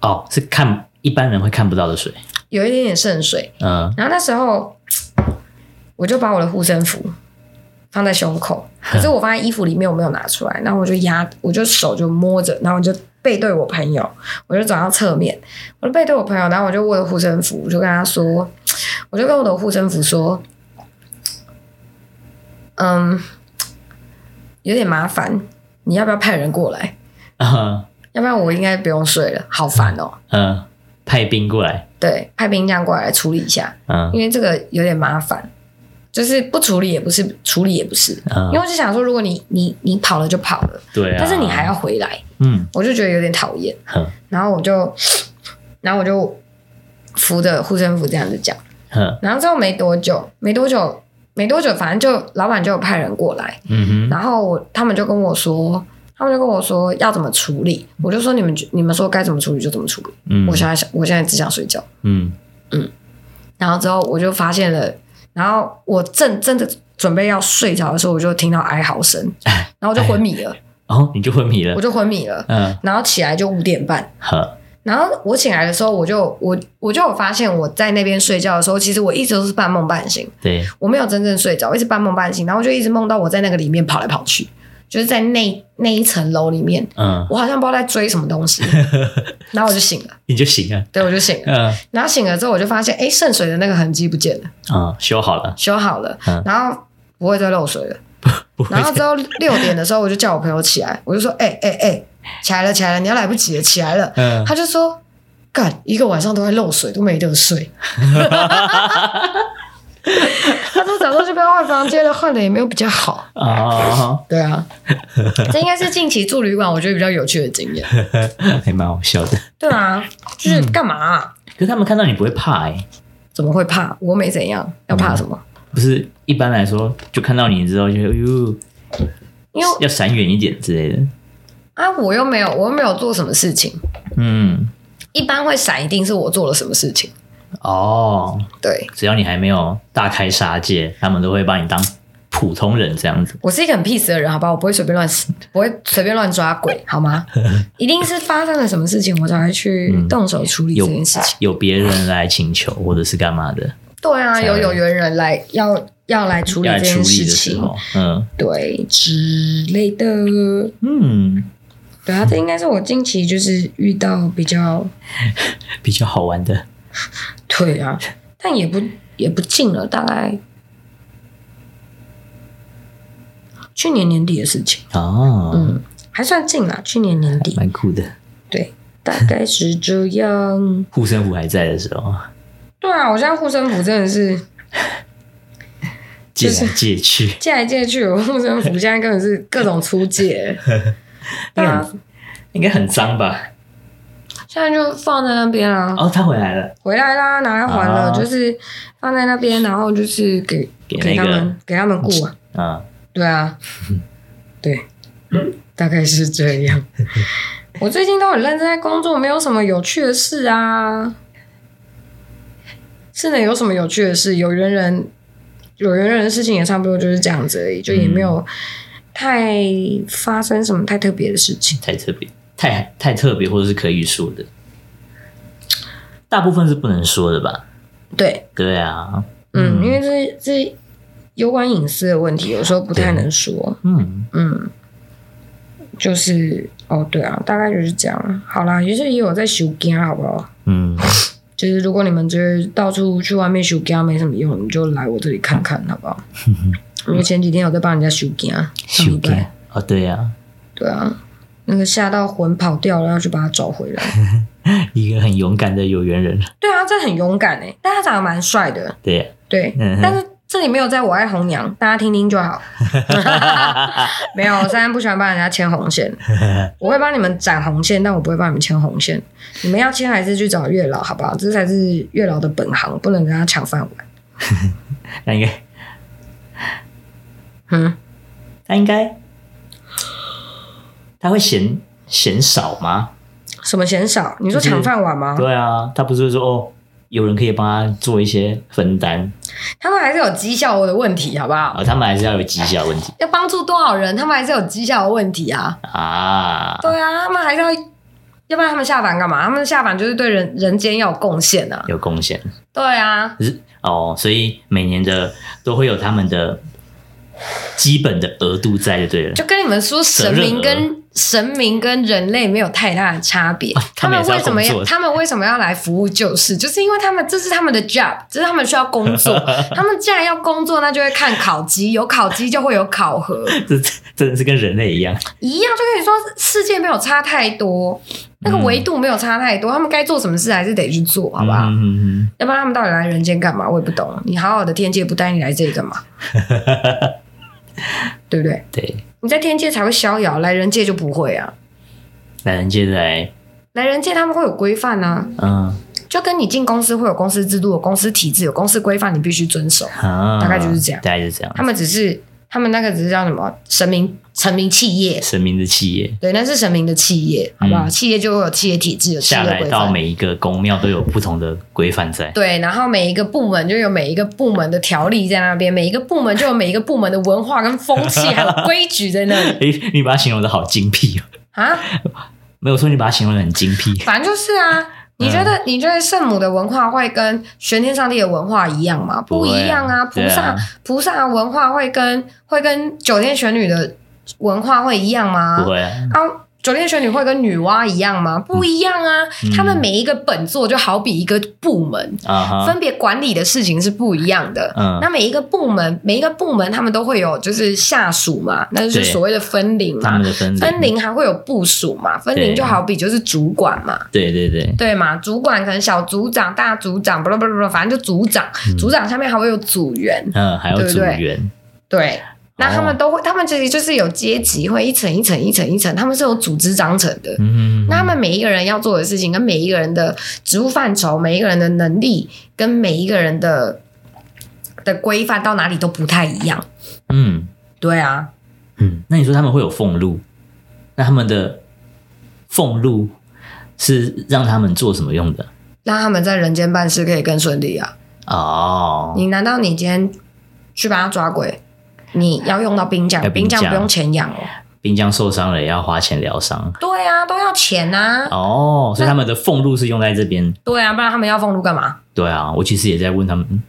Speaker 2: 哦，是看一般人会看不到的水，
Speaker 1: 有一点点渗水。
Speaker 2: 嗯，
Speaker 1: 然后那时候我就把我的护身符放在胸口，可是我放在衣服里面，我没有拿出来。然后我就压，我就手就摸着，然后我就背对我朋友，我就走到侧面，我就背对我朋友，然后我就握着护身符，我就跟他说，我就跟我的护身符说，嗯，有点麻烦，你要不要派人过来？
Speaker 2: 嗯
Speaker 1: 要不然我应该不用睡了，好烦哦。
Speaker 2: 嗯，派兵过来，
Speaker 1: 对，派兵将过来处理一下。
Speaker 2: 嗯
Speaker 1: 因为这个有点麻烦，就是不处理也不是，处理也不是。因为
Speaker 2: 嗯，
Speaker 1: 我就想说，如果你你你跑了就跑了，
Speaker 2: 对啊，
Speaker 1: 但是你还要，回来，
Speaker 2: 嗯
Speaker 1: 我就觉得有点讨厌。
Speaker 2: 哼
Speaker 1: 然后我就，然后我就扶着护身符这样子讲。
Speaker 2: 哼，
Speaker 1: 然后之后没多久，没多久，没多久，反正就老板就有派人过来，
Speaker 2: 嗯哼，
Speaker 1: 然后我他们就跟我说，他们就跟我说要怎么处理，我就说你们你们说该怎么处理就怎么处理。
Speaker 2: 嗯，
Speaker 1: 我现在想，我现在只想睡觉。
Speaker 2: 嗯
Speaker 1: 然后之后我就发现了，然后我正正的准备要睡着的时候，我就听到哀嚎声，然后我就昏迷了，
Speaker 2: 哎哦，你就昏迷
Speaker 1: 我
Speaker 2: 了，
Speaker 1: 就昏迷了，
Speaker 2: 嗯，
Speaker 1: 然后起来就五点半。
Speaker 2: 呵，
Speaker 1: 然后我醒来的时候，我就我我就有发现，我在那边睡觉的时候，其实我一直都是半梦半醒，
Speaker 2: 对，
Speaker 1: 我没有真正睡着，我一直半梦半醒，然后我就一直梦到我在那个里面跑来跑去，就是在那那一层楼里面，
Speaker 2: 嗯，
Speaker 1: 我好像不知道在追什么东西，然后我就醒了，
Speaker 2: 你就醒了，
Speaker 1: 对，我就醒了，
Speaker 2: 嗯
Speaker 1: 然后醒了之后，我就发现，哎，渗水的那个痕迹不见了。
Speaker 2: 嗯，修好了，
Speaker 1: 修好了，
Speaker 2: 嗯
Speaker 1: 然后不会再漏水了。
Speaker 2: [LAUGHS] 不会
Speaker 1: 然后之后六点的时候，我就叫我朋友起来，我就说：“哎哎哎，起来了，起来了，你要来不及了，起来了。
Speaker 2: 嗯
Speaker 1: 他就说：“干，一个晚上都在漏水，都没得睡。” [LAUGHS] 他说：“早上就不要换房间了，换的也没有比较好。
Speaker 2: 啊，”
Speaker 1: 对啊，这应该是近期住旅馆我觉得比较有趣的经验。
Speaker 2: 还蛮好笑的。
Speaker 1: 对啊，就是干嘛啊、
Speaker 2: 可是他们看到你不会怕哎、
Speaker 1: 怎么会怕？我没怎样，要怕什么？
Speaker 2: 不是一般来说就看到你之后就哎呦，
Speaker 1: 因为
Speaker 2: 要闪远一点之类的。
Speaker 1: 啊，我又没有，我又没有做什么事情。
Speaker 2: 嗯，
Speaker 1: 一般会闪，一定是我做了什么事情。
Speaker 2: 哦，
Speaker 1: 对
Speaker 2: 只要你还没有大开杀戒，他们都会把你当普通人这样子。
Speaker 1: 我是一个很 peace 的人，好吧，我不会随便乱死，不会随便乱抓鬼，好
Speaker 2: [LAUGHS]
Speaker 1: 吗？一定是发生了什么事情，我才会去动手处理这
Speaker 2: 有
Speaker 1: 件事情。
Speaker 2: 有别人来请求或者是干嘛的，
Speaker 1: 对啊，
Speaker 2: 才
Speaker 1: 有有缘人来要要来处理
Speaker 2: 要来
Speaker 1: 这件
Speaker 2: 处理
Speaker 1: 事
Speaker 2: 的时
Speaker 1: 情，
Speaker 2: 候，嗯
Speaker 1: 对之类的。
Speaker 2: 嗯，
Speaker 1: 对啊，这应该是我近期就是遇到比较
Speaker 2: 比较好玩的。
Speaker 1: 对啊，但也不也不近了，大概去年年底的事情，
Speaker 2: 哦，
Speaker 1: 嗯，还算近啦，去年年底。
Speaker 2: 蛮酷的。
Speaker 1: 对，大概是这样。
Speaker 2: 护身符还在的时候，
Speaker 1: [LAUGHS] 对啊，我现在护身符真的是
Speaker 2: 借
Speaker 1: 就是
Speaker 2: 来借去，
Speaker 1: 借来借去，我护身符现在根本是各种出 [LAUGHS] 借。对啊，
Speaker 2: 应该很脏吧？
Speaker 1: 现在就放在那边啊，
Speaker 2: 哦，他回来了，
Speaker 1: 回来啦，拿来还了，
Speaker 2: 啊
Speaker 1: 就是放在那边，然后就是给
Speaker 2: 给
Speaker 1: 他
Speaker 2: 那个
Speaker 1: 们给他们雇啊。
Speaker 2: 啊，
Speaker 1: 对啊，对，大概是这样。我最近都很认真在工作，没有什么有趣的事啊。是呢，有什么有趣的事？有缘人，有缘人的事情也差不多就是这样子而已，就也没有太发生什么太特别的事情。
Speaker 2: 太特别，太太特别，或者是可以说的，大部分是不能说的吧？
Speaker 1: 对，
Speaker 2: 对啊，
Speaker 1: 嗯，因为这这有关隐私的问题，有时候不太能说。
Speaker 2: 嗯，
Speaker 1: 嗯，就是哦，对啊，大概就是这样。好啦，也是也有在修家，好不好？ [LAUGHS]
Speaker 2: 嗯，
Speaker 1: 就是如果你们就是到处去外面修家没什么用，你就来我这里看看，好不
Speaker 2: [LAUGHS]
Speaker 1: 好？因为前几天有在帮人家修家，上礼
Speaker 2: 修
Speaker 1: 拜，
Speaker 2: 改哦，对呀、
Speaker 1: 对啊，那个吓到魂跑掉了，要去把它找回
Speaker 2: [LAUGHS]
Speaker 1: 来。
Speaker 2: 啊，一个很勇敢的有缘人，
Speaker 1: 对啊，这很勇敢哎、但他长得蛮帅的，
Speaker 2: 对 [LAUGHS] 呀、
Speaker 1: 对，
Speaker 2: 嗯哼
Speaker 1: 但是这里没有在我爱红娘，大家听听就
Speaker 2: [LAUGHS]
Speaker 1: 好。 [LAUGHS] 没有，我虽然不喜欢帮人家牵红
Speaker 2: [LAUGHS]
Speaker 1: 线，我会帮你们斩红线，但我不会帮你们牵红线。你们要牵还是去找月老，好不好？这才是月老的本行，不能跟他抢饭碗。
Speaker 2: 那应该，
Speaker 1: 嗯，
Speaker 2: 他应该，他会嫌嫌少吗？
Speaker 1: 什么嫌少？你说抢饭碗吗？
Speaker 2: 对啊，他不是说哦，有人可以帮他做一些分担，
Speaker 1: 他们还是有绩效的问题，好不好？
Speaker 2: 啊，他们还是要有绩效问题
Speaker 1: 要帮助多少人，他们还是有绩效的问题啊。
Speaker 2: 啊。
Speaker 1: 对啊，他们还是要，要不然他们下凡干嘛？他们下凡就是对人人间要有贡献啊。
Speaker 2: 有贡献，
Speaker 1: 对啊，
Speaker 2: 可是哦，所以每年的都会有他们的基本的额度在，就对了。 [LAUGHS]
Speaker 1: 就跟你们说，神明
Speaker 2: 责任啊
Speaker 1: 跟神明跟人类没有太大的差别。
Speaker 2: 啊他们也
Speaker 1: 们
Speaker 2: 是要
Speaker 1: 为什么
Speaker 2: 工作
Speaker 1: 要
Speaker 2: 的
Speaker 1: 他们为什么要来服务救世？就是因为他们这是他们的 job，这是他们需要工作。
Speaker 2: [LAUGHS]
Speaker 1: 他们既然要工作，那就会看考绩，有考绩就会有考核，
Speaker 2: 这真的是跟人类一样，
Speaker 1: 一样就跟你说世界没有差太多，那个
Speaker 2: 嗯
Speaker 1: 维度没有差太多。他们该做什么事还是得去做，好吧？
Speaker 2: 嗯嗯
Speaker 1: 要不然他们到底来人间干嘛？我也不懂。你好好的天界不带你来这里干
Speaker 2: [LAUGHS]
Speaker 1: 嘛？对不对
Speaker 2: 嗯？对，
Speaker 1: 你在天界才会逍遥，来人界就不会啊。
Speaker 2: 来人接着来，
Speaker 1: 来人界他们会有规范啊，
Speaker 2: 嗯
Speaker 1: 就跟你进公司会有公司制度、有公司体制、有公司规范，你必须遵守。
Speaker 2: 啊，
Speaker 1: 大概就是这样
Speaker 2: 大概就是这样。
Speaker 1: 他们只是他们那个只是叫什么神明成名企业，
Speaker 2: 神明的企业
Speaker 1: 对，那是神明的企业，好不好？企业就会有企业体制，有企
Speaker 2: 嗯下
Speaker 1: 业
Speaker 2: 来
Speaker 1: 规
Speaker 2: 到
Speaker 1: 范。
Speaker 2: 每一个宫庙都有不同的规范在，
Speaker 1: 对，然后每一个部门就有每一个部门的条例在那边，每一个部门就有每一个部门的文化跟风气，还有规矩在那里
Speaker 2: 诶，你把它形容的好精辟哦，
Speaker 1: 啊。
Speaker 2: 没有说你把它形容的很精辟，
Speaker 1: 反正就是啊。你觉
Speaker 2: 嗯
Speaker 1: 得你觉得圣母的文化会跟玄天上帝的文化一样吗？
Speaker 2: 不
Speaker 1: 不
Speaker 2: 会啊
Speaker 1: 一样啊！菩
Speaker 2: 对
Speaker 1: 萨、
Speaker 2: 啊
Speaker 1: 菩萨文化会跟会跟九天玄女的文化会一样吗？
Speaker 2: 不会嗯啊，
Speaker 1: 啊，九天玄女会跟女娲一样吗？不一样啊！他们每一个本座就好比一个部门，
Speaker 2: 啊哈，
Speaker 1: 分别管理的事情是不一样的。
Speaker 2: 嗯
Speaker 1: 那每一个部门，每一个部门他们都会有就是下属嘛，那就是
Speaker 2: 对
Speaker 1: 所谓的分龄
Speaker 2: 他
Speaker 1: 嘛
Speaker 2: 们。的分类
Speaker 1: 分龄还会有部署嘛？分龄
Speaker 2: 对
Speaker 1: 就好比就是主管嘛。
Speaker 2: 对对对，
Speaker 1: 对嘛？主管可能小组长、大组长，不不不不，反正就组长，组长下面还会有组员，
Speaker 2: 嗯，还有
Speaker 1: 对不
Speaker 2: 组
Speaker 1: 对
Speaker 2: 员，
Speaker 1: 对。那他们
Speaker 2: 哦
Speaker 1: 都会，他们其实就是有阶级，会一层一层一层一层，他们是有组织章程的。
Speaker 2: 嗯，
Speaker 1: 那他们每一个人要做的事情，跟每一个人的职务范畴、每一个人的能力，跟每一个人的的规范到哪里都不太一样。
Speaker 2: 嗯
Speaker 1: 对啊，
Speaker 2: 嗯，那你说他们会有俸禄，那他们的俸禄是让他们做什么用的？
Speaker 1: 让他们在人间办事可以更顺利啊！
Speaker 2: 哦，
Speaker 1: 你难道你今天去把他抓鬼，你要用到兵
Speaker 2: 要
Speaker 1: 将，
Speaker 2: 兵
Speaker 1: 兵将
Speaker 2: 将
Speaker 1: 不用钱养哦。
Speaker 2: 滨江受伤了也要花钱疗伤。
Speaker 1: 对啊，都要钱呐、啊。
Speaker 2: 哦，所以他们的俸禄是用在这边。
Speaker 1: 对啊，不然他们要俸禄干嘛？
Speaker 2: 对啊，我其实也在问他们，嗯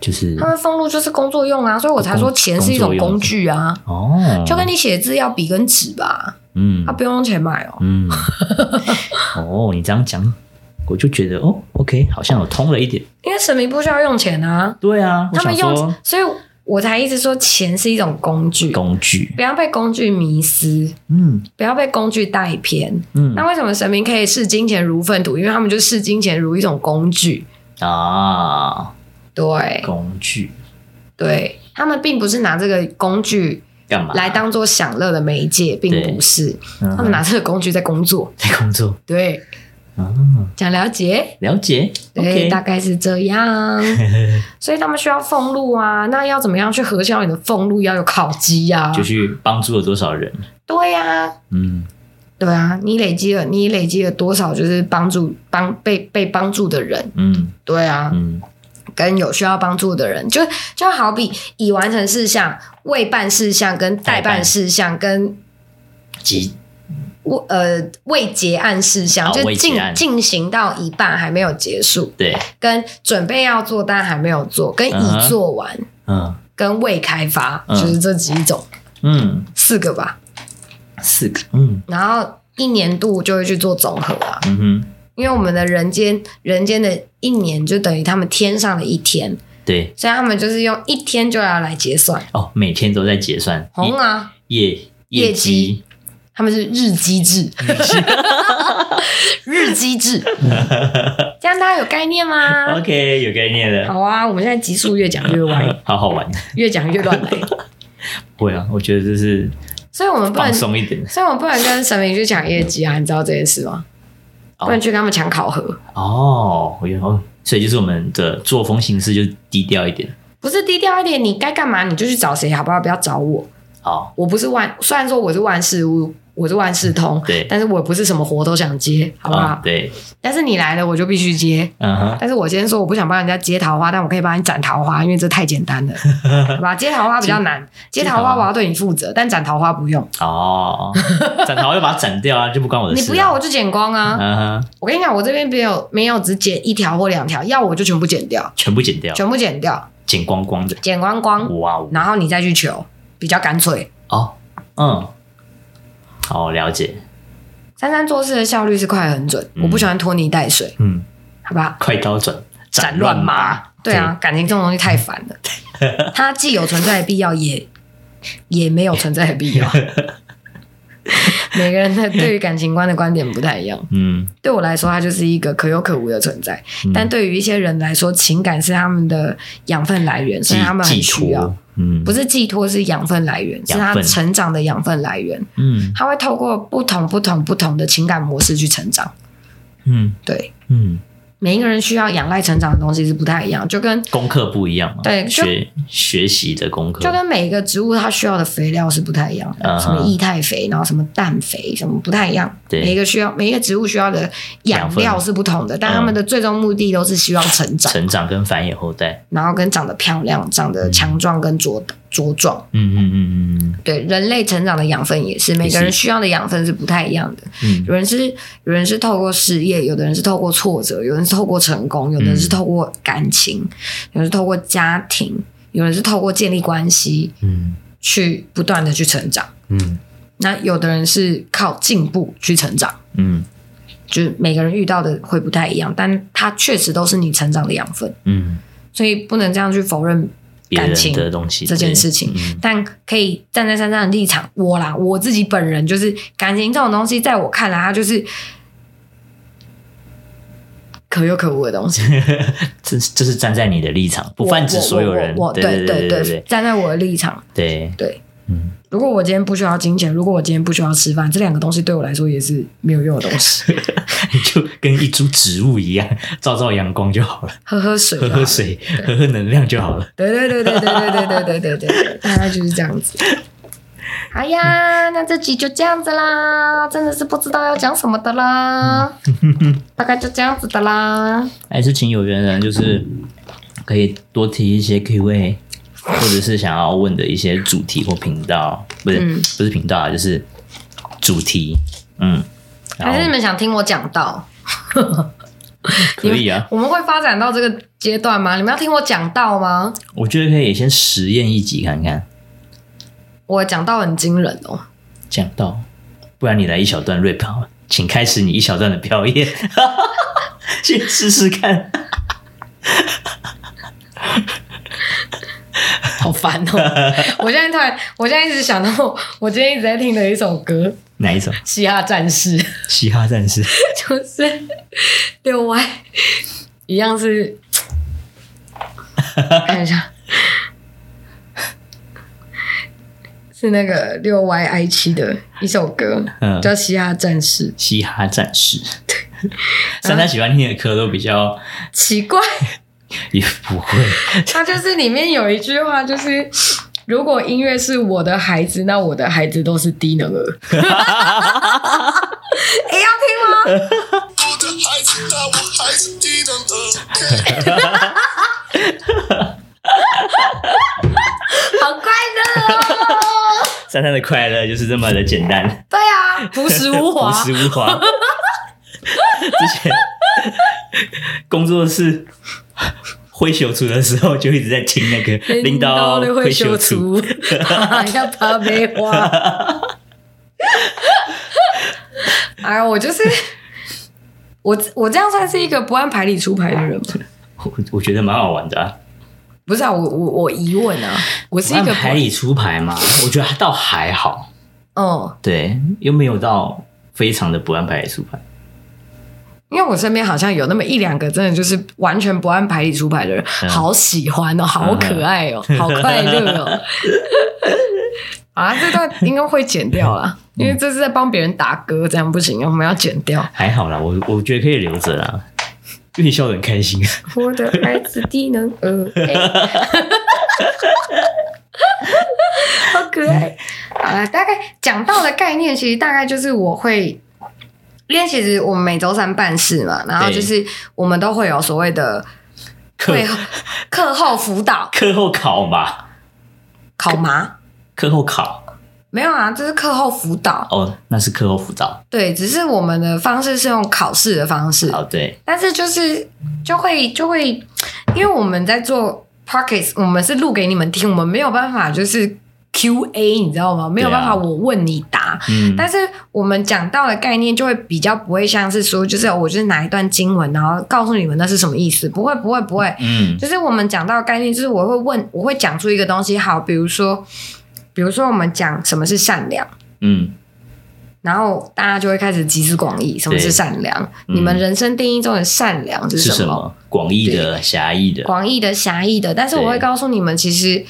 Speaker 2: 就是
Speaker 1: 他们俸禄就是工作用啊，所以我才说钱是一种工具啊，
Speaker 2: 哦，
Speaker 1: 就跟你写字要笔跟纸吧，
Speaker 2: 嗯
Speaker 1: 他、不用钱买哦。 [LAUGHS]
Speaker 2: 嗯，哦，你这样讲，我就觉得哦，OK，好像有通了一点。
Speaker 1: 因为神明不需要用钱啊，
Speaker 2: 对啊，我
Speaker 1: 他
Speaker 2: 想
Speaker 1: 们用
Speaker 2: 说，
Speaker 1: 所以我才一直说钱是一种工具，
Speaker 2: 工具，
Speaker 1: 不要被工具迷失，
Speaker 2: 嗯
Speaker 1: 不要被工具带偏。
Speaker 2: 嗯
Speaker 1: 那为什么神明可以视金钱如粪土？因为他们就视金钱如一种工具，
Speaker 2: 啊，
Speaker 1: 对
Speaker 2: 工具
Speaker 1: 对，他们并不是拿这个工具
Speaker 2: 干嘛？
Speaker 1: 来当做享乐的媒介，并
Speaker 2: 对
Speaker 1: 不是。
Speaker 2: 嗯
Speaker 1: 他们拿这个工具在工作，
Speaker 2: 在工作，
Speaker 1: 对，
Speaker 2: 啊，
Speaker 1: 想了解，
Speaker 2: 了解
Speaker 1: 对
Speaker 2: ，OK，
Speaker 1: 大嗯概是这 [LAUGHS] 样。所以他们需要俸禄啊，那要怎么样去核销你的俸禄？要有考绩呀、
Speaker 2: [LAUGHS] 就去帮助了多少人？
Speaker 1: 对啊呀、
Speaker 2: 嗯，
Speaker 1: 对啊，你累积了，你累积了多少就是帮助帮被被帮助的人？
Speaker 2: 嗯
Speaker 1: 对啊，
Speaker 2: 嗯
Speaker 1: 跟有需要帮助的人，就就好比已完成事项、未办事项、跟待
Speaker 2: 待办
Speaker 1: 办事项、跟
Speaker 2: 几
Speaker 1: 未呃未结案事项，
Speaker 2: 哦
Speaker 1: 就
Speaker 2: 未结
Speaker 1: 进
Speaker 2: 案
Speaker 1: 进行到一半还没有结束，
Speaker 2: 对，
Speaker 1: 跟准备要做但还没有做，跟
Speaker 2: 嗯哼
Speaker 1: 已做完，
Speaker 2: 嗯
Speaker 1: 跟未开发，
Speaker 2: 嗯
Speaker 1: 就是这几种
Speaker 2: 嗯，
Speaker 1: 四个吧。
Speaker 2: 四个，嗯
Speaker 1: 然后一年度就会去做总和啊，
Speaker 2: 嗯哼，
Speaker 1: 因为我们的人间人间的一年就等于他们天上的一天，
Speaker 2: 对，
Speaker 1: 所以他们就是用一天就要来结算
Speaker 2: 哦，每天都在结算
Speaker 1: 红啊。
Speaker 2: 业
Speaker 1: 业
Speaker 2: 业
Speaker 1: 绩他们是日积制，日积制，这样大家有概念吗？
Speaker 2: ，OK，有概念了，
Speaker 1: 好啊，我们现在集数越讲越
Speaker 2: [LAUGHS]
Speaker 1: 歪，
Speaker 2: 好好玩，
Speaker 1: 越讲越乱来，
Speaker 2: 会啊，我觉得这是
Speaker 1: 所以我们不能
Speaker 2: 放，松一点
Speaker 1: 所以我们不能跟神明去抢业绩啊，你知道这件事吗？
Speaker 2: 哦
Speaker 1: 不能去跟他们抢考核，
Speaker 2: 哦，我觉得哦，所以就是我们的作风行事就低调一点，
Speaker 1: 不是低调一点，你该干嘛你就去找谁好不好？不要找我，
Speaker 2: 好，
Speaker 1: 我不是万，虽然说我是万事屋，我是万事通，
Speaker 2: 对
Speaker 1: 但是我不是什么活都想接，好不好？
Speaker 2: 啊，对，
Speaker 1: 但是你来了我就必须接，
Speaker 2: 嗯哼，
Speaker 1: 但是我今天说我不想帮人家接桃花，但我可以帮你斩桃花，因为这太简单了，好吧？接桃花比较难，接
Speaker 2: 接
Speaker 1: 桃
Speaker 2: 桃花
Speaker 1: 花我要对你负责，但斩桃花不用，
Speaker 2: 哦，斩桃就把它斩掉啊，就不关我的
Speaker 1: 你
Speaker 2: 事、啊。
Speaker 1: 不要我就剪光啊！
Speaker 2: 嗯哼，
Speaker 1: 我跟你讲，我这边没有没有只剪一条或两条，要我就全部剪掉，
Speaker 2: 全部剪掉，
Speaker 1: 全部剪掉，
Speaker 2: 剪光光的。
Speaker 1: 剪光光，
Speaker 2: 哇哦，
Speaker 1: 然后你再去求，比较干脆。
Speaker 2: 哦，嗯，好了解，
Speaker 1: 珊珊做事的效率是快很准，
Speaker 2: 嗯
Speaker 1: 我不喜欢拖泥带水，
Speaker 2: 嗯，
Speaker 1: 好吧？
Speaker 2: 快刀斩
Speaker 1: 斩乱麻，对
Speaker 2: 对
Speaker 1: 啊，感情这种东西太烦
Speaker 2: [LAUGHS]
Speaker 1: 了，它既有存在的必要，也也没有存在的
Speaker 2: [LAUGHS]
Speaker 1: 必要。每个人的对于感情观的观点不太一样，
Speaker 2: 嗯，
Speaker 1: 对我来说，它就是一个可有可无的存在。
Speaker 2: 嗯
Speaker 1: 但对于一些人来说，情感是他们的养分来源，所以
Speaker 2: 寄
Speaker 1: 他们很
Speaker 2: 寄
Speaker 1: 需要
Speaker 2: 托，。嗯，
Speaker 1: 不是寄托，是养分来源，是
Speaker 2: 养
Speaker 1: 他
Speaker 2: 分
Speaker 1: 成长的养分来源。
Speaker 2: 嗯
Speaker 1: 他会透过不同、不同、不同的情感模式去成长。
Speaker 2: 嗯
Speaker 1: 对，
Speaker 2: 嗯，
Speaker 1: 每一个人需要仰赖成长的东西是不太一样，就跟
Speaker 2: 功课不一样嘛，
Speaker 1: 对就
Speaker 2: 学学习的功课，
Speaker 1: 就跟每一个植物它需要的肥料是不太一样的，
Speaker 2: 嗯哼
Speaker 1: 什么液态肥，然后什么氮肥，什么不太一样。
Speaker 2: 对
Speaker 1: 每一个需要每一个植物需要的养料
Speaker 2: 养分
Speaker 1: 是不同的，但它们的最终目的都是希望嗯成长，
Speaker 2: 成长跟繁衍后代，
Speaker 1: 然后跟长得漂亮、长得强壮跟茁茁壮。
Speaker 2: 嗯嗯嗯嗯
Speaker 1: 对人类成长的养分也是，每个人需要的养分是不太一样的。
Speaker 2: 嗯嗯，
Speaker 1: 有人是有人是透过事业，有的人是透过挫折，有人是透过成功，有的人是透过感情，有人是透过家庭，有人是透过建立关系
Speaker 2: 嗯
Speaker 1: 去不断的去成长。
Speaker 2: 嗯
Speaker 1: 那有的人是靠进步去成长，
Speaker 2: 嗯
Speaker 1: 就是每个人遇到的会不太一样，但它确实都是你成长的养分，
Speaker 2: 嗯，
Speaker 1: 所以不能这样去否认
Speaker 2: 别
Speaker 1: 感
Speaker 2: 人
Speaker 1: 情
Speaker 2: 的东西
Speaker 1: 这件事情。
Speaker 2: 对嗯
Speaker 1: 但可以站在珊珊的立场，我啦，我自己本人就是感情这种东西，在我看来，它就是可有可无的东西。
Speaker 2: 这是这是站在你的立场， [LAUGHS] 不泛指所有人
Speaker 1: 我我我我。
Speaker 2: 对
Speaker 1: 对
Speaker 2: 对对
Speaker 1: 对，站在我的立场，
Speaker 2: 对
Speaker 1: 对。
Speaker 2: 嗯，
Speaker 1: 如果我今天不需要金钱，如果我今天不需要吃饭，这两个东西对我来说也是没有用的东西。
Speaker 2: [LAUGHS] 你就跟一株植物一样，照照阳光就好了，
Speaker 1: 喝喝水就啊
Speaker 2: 喝
Speaker 1: 好了，
Speaker 2: 喝水，啊喝喝能量就好了。
Speaker 1: 对对对对对对对对对对对， [LAUGHS] 大概就是这样子。好呀，那这集就这样子啦，真的是不知道要讲什么的 [LAUGHS] 啦，大概就这样子的啦。
Speaker 2: 还是请有缘人，就是可以多提一些 Q&A，或者是想要问的一些主题或频道，不是、
Speaker 1: 嗯
Speaker 2: 不是频道啊，就是主题。嗯，然
Speaker 1: 还是你
Speaker 2: 后
Speaker 1: 们想听我讲到？
Speaker 2: 可以啊，
Speaker 1: 我们会发展到这个阶段吗？你们要听我讲到吗？
Speaker 2: 我觉得可以先实验一集看看，
Speaker 1: 我讲到很惊人哦，
Speaker 2: 讲到，不然你来一小段 rap 好了，请开始你一小段的表演， [LAUGHS] 先试试看。
Speaker 1: 好烦哦！ [LAUGHS] 我现在突然，我现在一直想到我，我今天一直在听的一首歌《
Speaker 2: 哪一种？
Speaker 1: 嘻哈战士》。
Speaker 2: 嘻哈战士。
Speaker 1: 就是六歪，一样
Speaker 2: [LAUGHS]
Speaker 1: 是，看一下，是那个六歪 I 七的一首歌，
Speaker 2: 嗯
Speaker 1: 叫《嘻哈战士》。
Speaker 2: 嘻哈战士，珊珊喜欢听的歌都比较
Speaker 1: 奇怪，
Speaker 2: 也不会，
Speaker 1: 它就是里面有一句话，就是如果音乐是我的孩子，那我的孩子都是低能
Speaker 2: [LAUGHS]
Speaker 1: 儿。你要听吗？
Speaker 3: 我的孩子，那我还是低能儿。
Speaker 1: 好快乐哦！
Speaker 2: 珊珊的快乐就是这么的简单，
Speaker 1: 对啊，朴实无华
Speaker 2: 朴。实 [LAUGHS] 无华。之前工作室会修出的时候，就一直在听那个《领导
Speaker 1: 的
Speaker 2: 会
Speaker 1: 会哎
Speaker 2: 修
Speaker 1: 修
Speaker 2: 出》，
Speaker 1: 图， [LAUGHS] 要爬梅花。 [LAUGHS] 哎呀，我就是我，我这样算是一个不按牌理出牌的人吗？
Speaker 2: 我我觉得蛮好玩的、啊。
Speaker 1: 不是啊，我我我疑问啊，我是一个
Speaker 2: 按牌理出牌嘛，我觉得倒还好，
Speaker 1: 哦，
Speaker 2: 对，又没有到非常的不按牌理出牌。
Speaker 1: 因为我身边好像有那么一两个，真的就是完全不按牌理出牌的人，
Speaker 2: 嗯
Speaker 1: 好喜欢哦，好可爱哦，好快乐
Speaker 2: [LAUGHS]
Speaker 1: 哦。啊，这段应该会剪掉啦，因为这是在帮别人打歌，这样不行，我们要剪掉。
Speaker 2: 还好啦，我我觉得可以留着啦，因为你笑得很开心。
Speaker 1: 我 [LAUGHS] 的孩子低能儿， [LAUGHS] 哎好可爱。好了，大概讲到的概念，其实大概就是我会，因为其实我们每周三办事嘛，然后
Speaker 2: 对
Speaker 1: 就是我们都会有所谓的
Speaker 2: 课
Speaker 1: 会后课后辅导
Speaker 2: 课后考吧，
Speaker 1: 考吗？
Speaker 2: 课后考
Speaker 1: 没有啊，这是课后辅导。
Speaker 2: 哦，那是课后辅导。
Speaker 1: 对，只是我们的方式是用考试的方式。
Speaker 2: 哦，对，
Speaker 1: 但是就是就会就会，因为我们在做 pockets，我们是录给你们听，我们没有办法就是 Q A，你知道吗？没有办法，我问你答。
Speaker 2: 啊嗯，
Speaker 1: 但是我们讲到的概念就会比较不会像是说，就是哦我就是拿一段经文，然后告诉你们那是什么意思，不会不会不会，
Speaker 2: 嗯，
Speaker 1: 就是我们讲到的概念，就是我会问，我会讲出一个东西，好，比如说，比如说我们讲什么是善良。
Speaker 2: 嗯，
Speaker 1: 然后大家就会开始集思广益，什么
Speaker 2: 对
Speaker 1: 是善良？
Speaker 2: 嗯
Speaker 1: 你们人生定义中的善良是
Speaker 2: 是什么？广义的、狭义的，
Speaker 1: 广义的、狭义的，但是我会
Speaker 2: 对
Speaker 1: 告诉你们，其实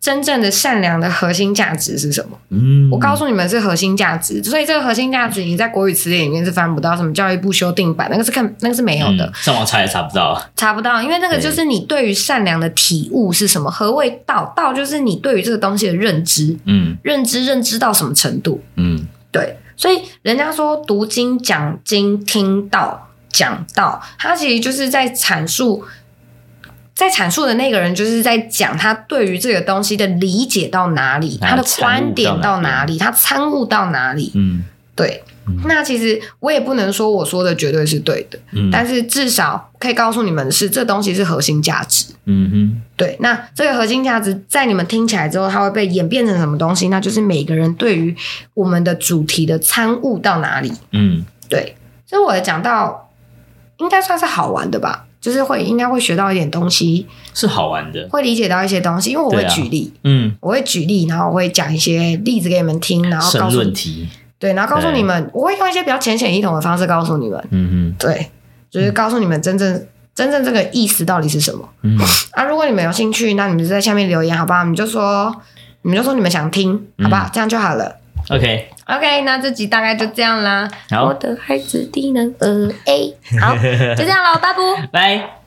Speaker 1: 真正的善良的核心价值是什么？
Speaker 2: 嗯，
Speaker 1: 我告诉你们是核心价值，所以这个核心价值你在国语词典里面是翻不到，什么教育部修订版那个是看那个是没有的，
Speaker 2: 嗯，上网查也查不到。
Speaker 1: 查不到，因为那个
Speaker 2: 对
Speaker 1: 就是你对于善良的体悟是什么？何谓道？道就是你对于这个东西的认知，
Speaker 2: 嗯
Speaker 1: 认知认知到什么程度？
Speaker 2: 嗯，
Speaker 1: 对，所以人家说读经、讲经、听到、讲道，他其实就是在阐述，在阐述的那个人就是在讲他对于这个东西的理解到哪里，
Speaker 2: 还有
Speaker 1: 他的
Speaker 2: 参悟
Speaker 1: 观点
Speaker 2: 到
Speaker 1: 到
Speaker 2: 哪
Speaker 1: 哪里，他啊参悟到哪里。
Speaker 2: 嗯
Speaker 1: 对
Speaker 2: 嗯，
Speaker 1: 那其实我也不能说我说的绝对是对的，
Speaker 2: 嗯，
Speaker 1: 但是至少可以告诉你们的是，这东西是核心价值。
Speaker 2: 嗯哼，
Speaker 1: 对，那这个核心价值在你们听起来之后，它会被演变成什么东西？那就是每个人对于我们的主题的参悟到哪里。
Speaker 2: 嗯
Speaker 1: 对，所以我讲到应该算是好玩的吧，就是会应该会学到一点东西，
Speaker 2: 是好玩的。
Speaker 1: 会理解到一些东西，因为我会
Speaker 2: 对啊
Speaker 1: 举例，
Speaker 2: 嗯，
Speaker 1: 我会举例，然后我会讲一些例子给你们听，然后
Speaker 2: 申
Speaker 1: 告诉
Speaker 2: 论题。
Speaker 1: 对，然后告诉
Speaker 2: 对
Speaker 1: 你们，我会用一些比较浅显易懂的方式告诉你们，
Speaker 2: 嗯
Speaker 1: 对，就是告诉你们真正真正这个意思到底是什么。
Speaker 2: 哼，嗯
Speaker 1: 啊，如果你们有兴趣，那你们就在下面留言，好不好？你们就说，你们就说你们想听，好不好？这样就好了。
Speaker 2: ，OK，
Speaker 1: OK，那这集大概就这样啦。
Speaker 2: 好
Speaker 1: 我的孩子低能儿，哎，好，就这样喽，拜拜。
Speaker 2: [LAUGHS] 拜。